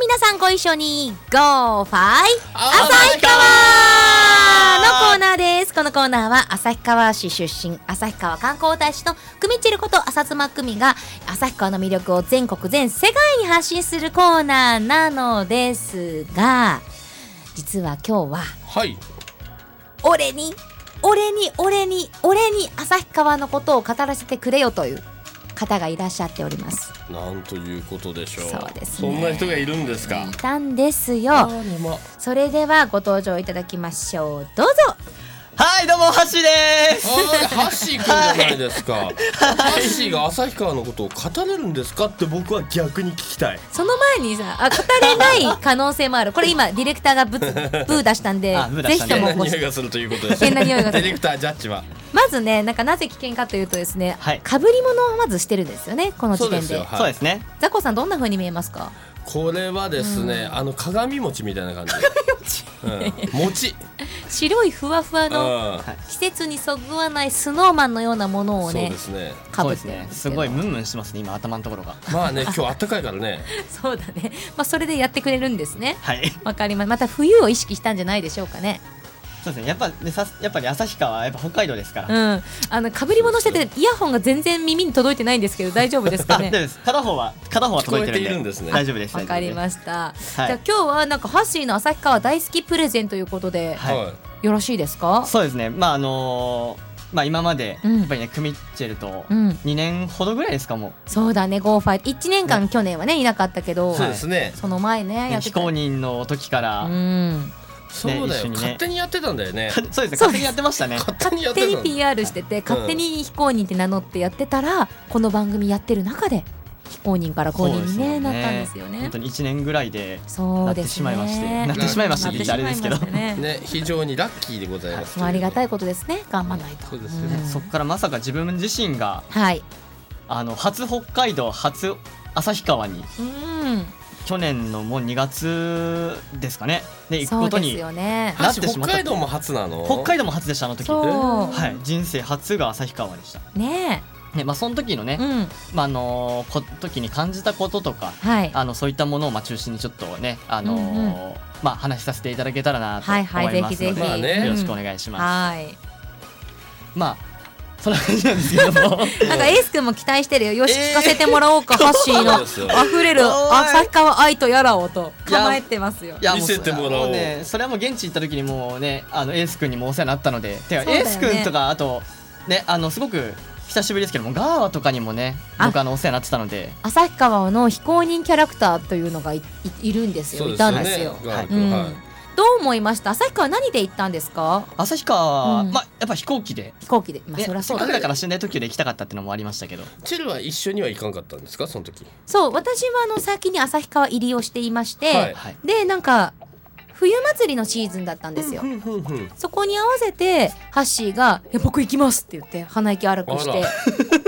皆さんご一緒に Go! ファイ旭旭川川のコーナーですこのコーナーは旭川市出身旭川観光大使の久美ちること浅妻久美が旭川の魅力を全国全世界に発信するコーナーなのですが実は今日ははい俺に俺に俺に俺に旭川のことを語らせてくれよという方がいらっしゃっておりますなんということでしょうそうですそねんな人がいるんですかいたんですあよー沼それではご登場いただきましょうどうぞはい、どうも、ハッシーです。あーハッシーくんじゃないです か、ハッシーが旭川のことを語れるんですかって僕は逆に聞きたいその前にさあ語れない可能性もあるこれ今ディレクターが ブツブー出したんであブー出ぜしひたとねも変なご匂いがするということです変な匂いがすデるィレクタージャッジはまずねなんかなぜ危険かというとですね、はい被り物をまずしてるんですよねこのそ時うで点すでよ、そうはでい、すね。ザコさんどんな風に見えますかこれはですね、あの鏡餅みたいな感じうん、餅白いふわふわうん、の季節にそぐわないスノーマンのようなものそをうねですねかそぶうっですてるんね。ですすけどごいムンムンしてますね、今頭のところが。まあね今日あったかいからねそうだね、まあ、それでやってくれるんですねはい。わかりますまた冬を意識したんじゃないでしょうかねそうですね。やっぱ、ね、さ、やっぱり旭川はやっぱ北海道ですから。うんあの被り物しててイヤホンが全然耳に届いてないんですけど大丈夫ですか あ、大ね丈夫です。片方は、片方は届いてるん聞こえで。ているんですね大丈夫です。わかりす。ました、はいじゃあ今日はなんかハッシーの旭川大好きプレゼンということで、はいよろしいですかそうですね。まあ、あのーまあ、今まで、うんやっぱりね、クミッチェルとうん。二年ほどぐらいですか、もそうだねゴーファイ1年間去年はねいなかったけど、はい、そうですね、その前う。ねやねって非た公認の時から。うんそうだよ、一緒にね勝手にやってたんだよねか そうですね。そうです勝手にやってましたね。勝手にやっ勝手てたにんだ PR してて勝手に非公認って名乗ってやってたら、この番組やってる中で非公認から公認に、ねなったんですよね本当に一年ぐらいで。そうですねなってしまいましてなってしまいましててっってて言っしちまゃあれですけどいましてねね非常にラッキーでございますもうありがたいいことですね頑張らないとそうですよねんそこからまさか自分自身が、はいあの、初北海道、初旭川に。うん去年のもう2月ですかねで行くそこうとですによねなってし北まった海道も初なの北海道も初でしたあの時そう、はい人生初が旭川でしたねねまあその時のねえ、、うん、まああのーこ時に感じたこととかはい、あのそういったものをまあ中心にちょっとねあのーうんうまあ話しさせていただけたらなとは思いいますはいぜひぜので、ひまあねよろしくお願いしまはい。す、まあそんな感じなんですけ どもなんかエース君も期待してるよ。よし、聞かせてもらおうか、ハッシーそうのですよ溢れるおーい旭川愛とやらをと構えてますよ。いや見せてもらおうそれはね、それはもう現地行った時にもうねあのエース君にもお世話になったのでてか、そうだよエねース君とかあとねあのすごく久しぶりですけどもガーワとかにもねあ僕あのお世話になってたので旭川の非公認キャラクターというのがいいいるんですよ。そういですたよんねですよ。ガールう君んはいどう思いました旭川何で行ったんですか旭川は、うんまあやっぱ飛行機で、飛行機で。まあ、ねそりゃそうせっかだく。だから寝台特急で行きたかったってのもありましたけどチェルは一緒には行かんかったんですかその時そう、私はあの、先に旭川入りをしていまして、はいはいで、なんか、冬祭りのシーズンだったんですよふ。んふんふんそこに合わせてハッシーが「いや僕行きます」って言って鼻息荒くしあてら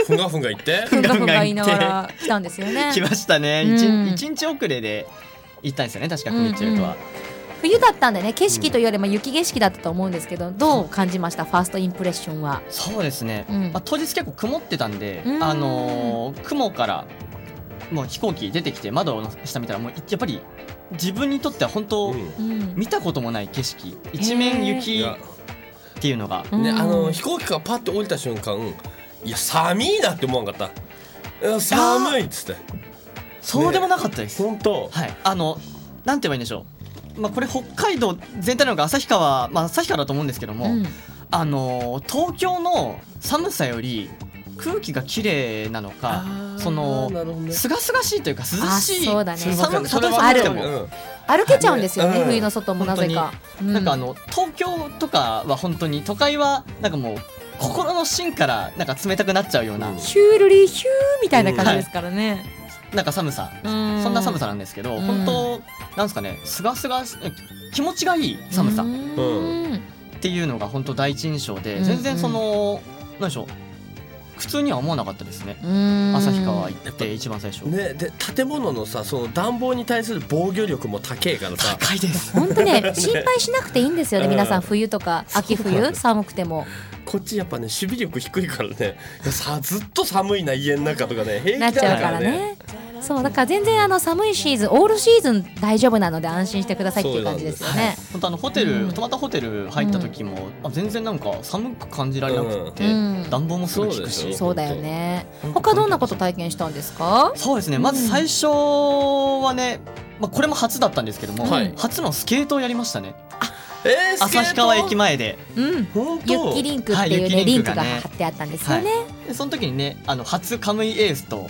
ふんがふんが 行ってふんがふんが言いながガンガら来たんですよ ね来ましたねうん一、一日遅れで行ったんですよね確かうんうんミッチェルとは、冬だったんでね景色というよりも雪景色だったと思うんですけどどう感じましたファーストインプレッションはそうですね、うんまあ、当日結構曇ってたんで、うんあのー雲からもう飛行機出てきて窓の下見たらもうやっぱり自分にとっては本当、うんうん見たこともない景色一面い雪やっていうのがうんねあの飛行機からパッと降りた瞬間いや寒いなって思わんかったいや寒いっつってそうでもなかったです、本当はいあのなんて言えばいいんでしょうまあこれ北海道全体なのか旭川まあ旭川だと思うんですけども、うんあのー東京の寒さより空気が綺麗なのかそのなるほどねすがすがしいというか涼しいあそうだね寒わか寒る例えばある寒くてうも、ん歩けちゃうんですよねうん冬の外もなぜかうなんかあの東京とかは本当に都会はなんかもう心の芯からなんか冷たくなっちゃうような、うんヒュールリーヒューみたいな感じですからねなんか寒さそそんんな寒さなんですけど、うん本当なんですかねすがすがし気持ちがいい寒さううんっていうのが本当第一印象で、うん全然その何でしょう普通には思わなかったですねうん旭川行って一番最初、ねで建物のさその暖房に対する防御力も高えから さ高いです本当ね心配しなくていいんですよねうん皆さん冬とか秋冬寒くてもこっちやっぱね守備力低いからねいやさずっと寒いな家の中とかね平なっ気ちゃだうかかららねね。そうだから全然あの寒いシーズンオールシーズン大丈夫なので安心してくださいっていう感じですよね。本当あのホテル、うん泊まったホテル入った時も、あ全然なんか寒く感じられなくて、うん暖房もすぐ効くそうでしすそうだよね本。当他どんなこと体験したんですか？そうですねまず最初はね、まあ、これも初だったんですけども、はい初のスケートをやりましたねえー、旭川駅前でうん。本当ユッキリンクっていうね、はいユッキリリンンクがクがね貼ってあったんですよね。でその時にねあの初カムイエースと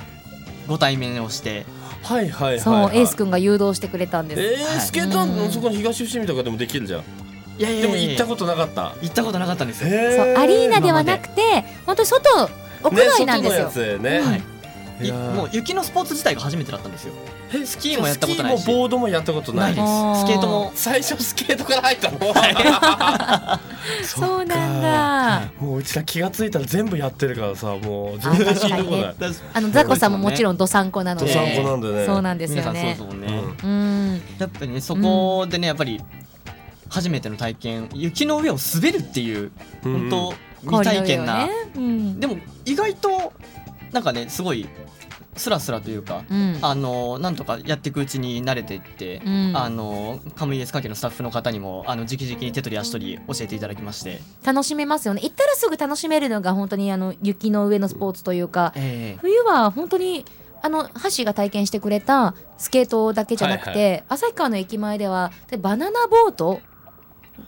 ご対面をしてはいはいはい、はい、そう、エース君が誘導してくれたんです。えー、スケートはのいそこの東伏見とかでもできるじゃん、いやいでも行ったことなかった行ったことなかったんですよ、へそうアリーナではなくて本当に外屋外なんですよ。ね、外のやつね、はいいいやーもう雪のスポーツ自体が初めてだったんですよスキーもやったことないスキーもしボードもやったことないないですスケートも最初スケートから入 ったのそうなんだ。もううちら気がついたら全部やってるからさもうあ全然聞い てこない確あのザコさんももちろんドサンコなのドで、サンコなんでねそうなんです皆さよんそうねです。もんね、うんうん。やっぱりねそこでねやっぱり初めての体験雪の上を滑るっていううん本当未氷体の上験をな、ね。うん。でも意外となんかねすごいスラスラというか、うん。あのなんとかやっていくうちに慣れていって、うんあのカムイエス関係のスタッフの方にもあの直々に手取り足取り教えていただきまして、楽しめますよね。行ったらすぐ楽しめるのが本当にあの雪の上のスポーツというか、え冬は本当にあのハッシーが体験してくれたスケートだけじゃなくて、はい旭川の駅前ではでバナナボート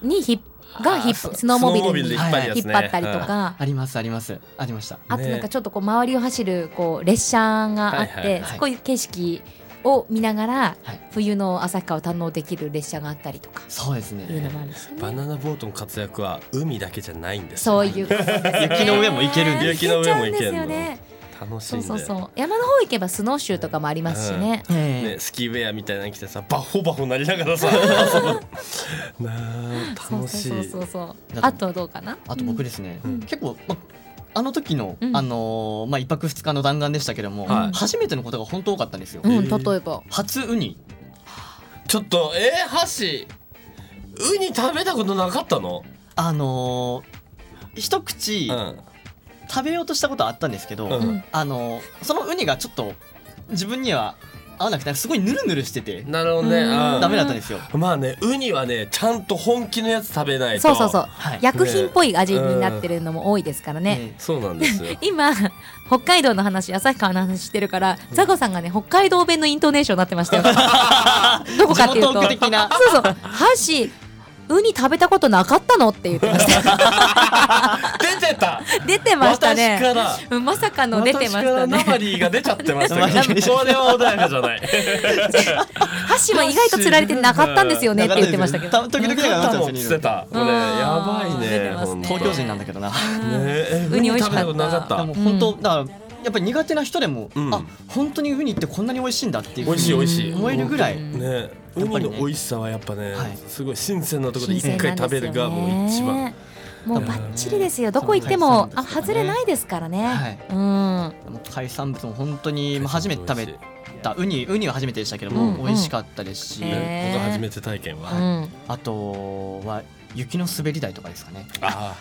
にひっがひっあそうスノーモビルにスノーモビルで引引っ張っ張るやつねったりとうんか。ありますありますありましたあとなんかちょっとこう周りを走るこう列車があって、はいはいはいそこいう景色を見ながらはい冬の旭川を堪能できる列車があったりとかそうですねいうのもあるんですよバね。ナナボートの活躍は海だけじゃないんですそういうことですね雪の上も行けるんで雪の上も行ける行ちのゃうんですよね。楽しいそんうでそうそう山の方行けばスノーシューとかもありますしね。ええね、スキーウェアみたいなの着てさバホバホなりな がらさ遊ぶなあそう楽しいそうそうそうだってあとはどうかなあと僕ですね、うん結構、ま、あの時の、うんあのーまあ、一泊二日の弾丸でしたけども、はい初めてのことが本当多かったんですよ。うん、うん、えー例えば初ウニちょっとえー、箸ウニ食べたことなかったの、あのー一口うん、食べようとしたことはあったんですけど、うんうんあのーそのウニがちょっと自分には合わなくてすごいヌルヌルしててなるほどね、ううんん、ダメだったんですよ。まあねウニはねちゃんと本気のやつ食べないとそうそうそうはい薬品っぽい味になってるのも多いですからね、えそうなんですよ今北海道の話旭川の話してるからザコさんがね北海道弁のイントネーションになってましたよどこかっていうと地元的なそうそうハシウニ食べたことなかったのって言ってました 出てた出てましたね私からうんまさかの出てました私からナマねリーが出ちゃって ましたナマリけどーこれは穏やかじゃないハシは意外と釣られてなかったんですよねって言ってましたけどた時々だから肩なもっちゃう んでつすてよねたこれやばい出てねますね東京人なんだけどな。ねえウニ美味しかった食べたことなかっだからたもう本当、だからやっぱり苦手な人でも、うんあ本当にウニってこんなに美味しいんだっていうふう美に味しい美味しい思えるぐらい、うんねウやっぱニりねの美味しさはやっぱねはいすごい新鮮なところで新鮮一回食べるがなんもですよう一ね番もうバッチリですよどこ行ってそうもですあね外れないですからね、はいうんもう海産物も本当にまあ初めて食べたウニウニは初めてでしたけどうも、んうん美味しかったですし、へえね僕初めて体験うはん、あとは雪の滑り台とかですかねあ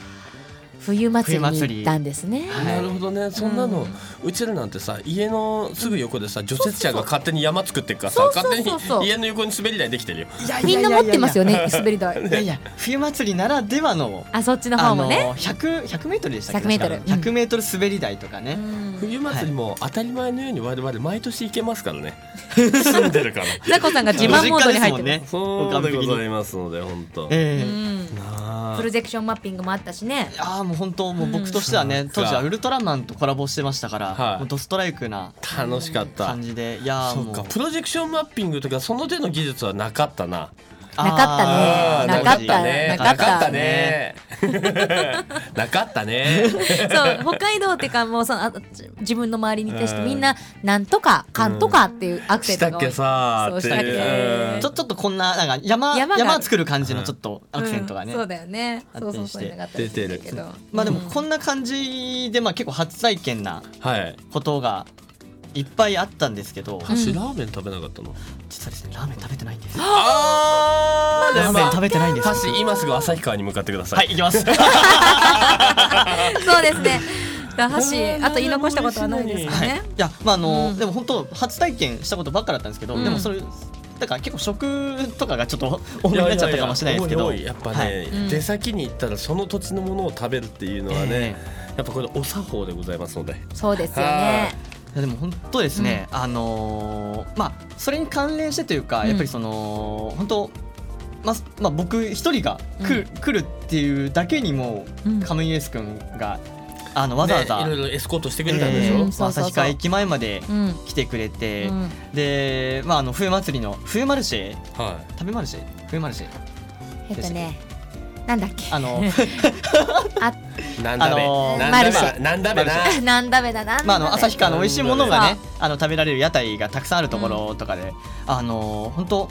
冬祭りに行ったんですねあはいなるほどねそんなのうちらなんてさ家のすぐ横でさ除雪車が勝手に山作ってっからさそうそう勝手そうそうに家の横に滑り台できてるよいやみんな持ってますよよね滑り台いやいや冬祭りならではのあそっちの方もね、あの 100, 100メートルでしたっけ 100m 確か100メートル滑り台とかね、うん冬祭りも当たり前のように我々毎年行けますから ね住んでるからザコさんが自慢モードに入ってる、ご実家ですそもんねうでございますので本当うええん、なプロジェクションマッピングもあったしねああもう本当もう僕としてはね、うん当時はウルトラマンとコラボしてましたから、はいもうドストライクなあ楽しかった感じでいやーそもううかプロジェクションマッピングとかその手の技術はなかったなあーなかったねあーなかったねなかったねなかったねそう北海道っていうかもうそのあ自分の周りに対してうんみんななんとかかんとかっていうアクセン しトたっが多いけさーってそうしたっけいううんちょちょっとこんななんか山山山が作る感じのちょっとアクセントがね、うんそうだよねあっそうたりそうしてそういうのがあったりするけどまあ でもうんこんな感じでまあ結構初体験なはいことがいっぱいあったんですけど、ん私ラーメン食べなかったの実はですねラーメン食べてないんです。あラーメン食べてないんです。 今すぐ旭川に向かってくださいはい行きます。そうですね。か箸あと言い残したことはないですかはい、いね。やまああの、うんでも本当初体験したことばっかだったんですけど、うんでもそれだから結構食とかがちょっと多めになっちゃったかもしれないですけどややっぱね、はいうん出先に行ったらその土地のものを食べるっていうのはね、やっぱこれお作法でございますのでそうですよね。いやでも本当ですね、あのーまあそれに関連してというか、うんやっぱりその本当まあすまあ、僕一人が来る,、来るっていうだけにもうんカムイエス君があのわざわざ、ねいろいろエスコートしてくれたんでしえょ、うーんそうそうそう旭川駅前までうん。来てくれて、うんで、まあ、あの冬祭りの冬マルシェは食べマルシェ冬マルシェえっとね、なんだっけ。あ のあ、いなんだべ、あのーなんだマルシべなんだべなマル なんだべだな。まあ、あの旭川の美味しいものがそうねあの食べられる屋台がたくさんあるところとかで、あの本当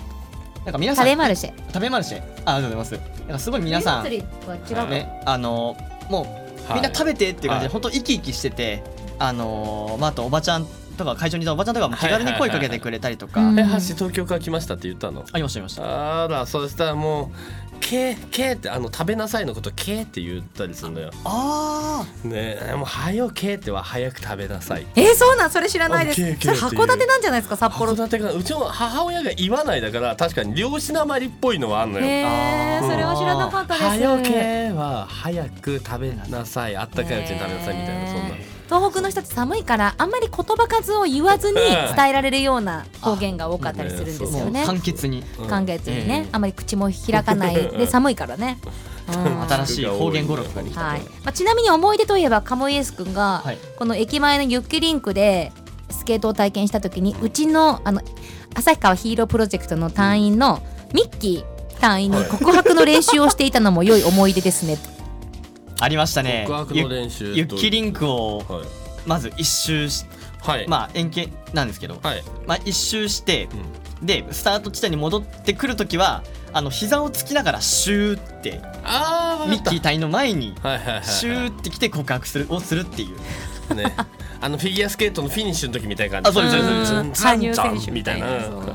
なんか皆さ食んべマルシェ。食べマルシェあありがとうございますなんかすごい皆さん、冬祭りは違うか。ね、あのもうみんなべ食べてっていう感はじでい本当生き生きしててあのまああとおばちゃんとか会場にいたおばちゃんとかも気軽に声かけてくれたりとか、はいはいはいはいえ箸東京から来ましたって言ったのありましたありましたあらそしたらもう「け」「け」ってあの食べなさいのこと「け」って言ったりするのよあねえもう「はよけ」っては早く食べなさいえー、そうなんそれ知らないであケーす。キそれ函館なんじゃないですか札幌函。館がうちの母親が言わないだから確かに漁師なまりっぽいのはあんのへよえあー、ーそれは知らなかったです。早起きは早く食べなさいあったかいうちに食べなさいみたいなそんなね東北の人って寒いからあんまり言葉数を言わずに伝えられるような方言が多かったりするんですあ、ーよもうね。簡潔にうん関月にね、ええあまり口も開かないで寒いからね。うん新しい方言語録ができたと、はいまあ、ちなみに思い出といえばカモイエス君がはいこの駅前のユッケリンクでスケートを体験した時にうちのあの旭川ヒーロープロジェクトの隊員のミッキー隊員に告白の練習をしていたのも良い思い出ですね。ありましたね告白ゆの練習とゆっきりんくをはいまず一周しはい、まあ円形なんですけど、はい、まあ、一周してうんでスタート地点に戻ってくるときはあの膝をつきながらシューってあーミッキーー隊員の前にはいはいはいはいシューってきて告白するをするっていうね、あのフィギュアスケートのフィニッシュの時みたいな感じ あそうですそうですんうんザン羽ザン生選手みみたたいいなな。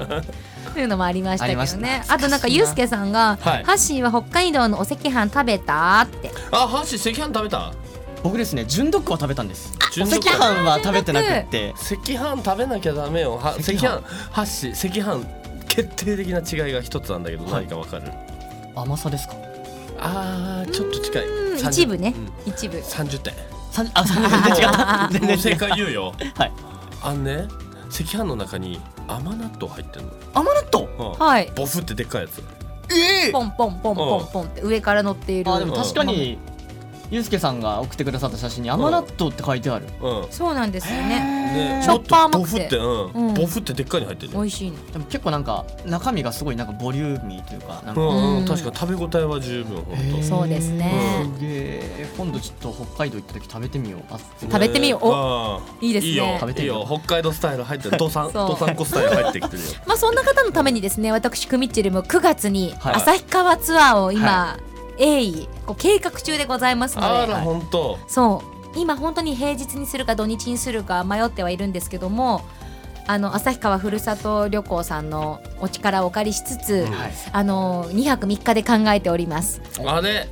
というのもありましたけどありましたねねあとなんかユうスケさんが、はいハッシーは北海道のお赤飯食べた?」ってあ、ハッシー赤飯食べた僕ですね純ドッグを食べたんです純赤度飯赤は食べてなくって飯食べなきゃダメよ。は赤赤飯、飯ハッシー、赤飯、決定的な違いが一つなんだけど、はい何かわかる甘さですかあー、ちょっと近い。うん30一部ね、うん一部30点。さんあさん 全然違った全も然う違正った解言 うよ。はいあのね、赤飯の中に甘納豆入ってんの。甘納豆うんはいボフってでっかいやつ。え えポンポンポンポンポンって上から乗っているあでも確かにゆうすけさんが送ってくださった写真に甘納豆って書いてあるうん。そうなんですよねね、しょっぱ甘ボくてフって、ううんん、ボフってでっかいに入ってる美。味しいのでも結構なんか中身がすごいなんかボリューミーというかなうんかん、ううんん、確かに食べ応えは十分、本当。そうですねうんすげえ今度ちょっと北海道行った時食べてみようあ食べてみようおあーいいですねいいよ食べていいみようよ北海道スタイル 入ってるドサンそうドサンコスタイル入ってきて るよまあそんな方のためにですね私クミッチェルも9月にはい旭川ツアーを今、鋭意こう計画中でございますのであはらい本当そう今本当に平日にするか土日にするか迷ってはいるんですけどもあの旭川ふるさと旅行さんのお力をお借りしつつ、うんはいあの2泊3日で考えておりますあれ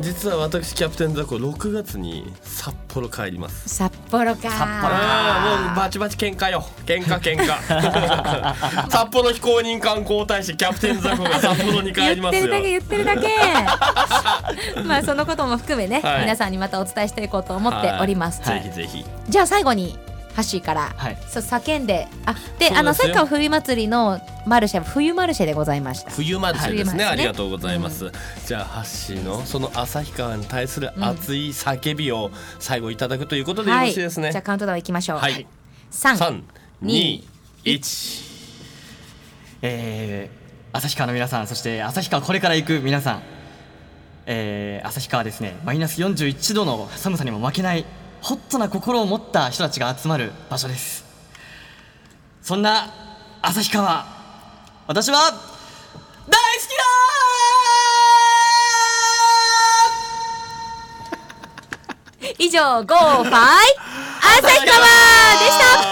実は私キャプテンザコ6月に札幌帰ります札幌か札幌ああもうバチバチ喧嘩よ喧嘩喧 嘩札幌非公認観光大使キャプテンザコが札幌に帰り言っますてるよだけ言ってる だけまあそのことも含めね、はい皆さんにまたお伝えしていこうと思っております、はいぜひぜひじゃあ最後にハッシーから、はいそう叫んであでそうですよあの旭川冬祭りのマルシェ冬マルシェでございました冬までですね、はいありがとうございます、じゃあハッシーのその旭川に対する熱い叫びを最後いただくということでよろしいですね、じゃあカウントダウンいきましょう、はい三三、二、一。えー、旭川の皆さんそして旭川これから行く皆さん、えー、旭川はですねマイナス41度の寒さにも負けないホットな心を持った人たちが集まる場所ですそんな旭川私は大好きだ 以上 GO! ファイ旭川でした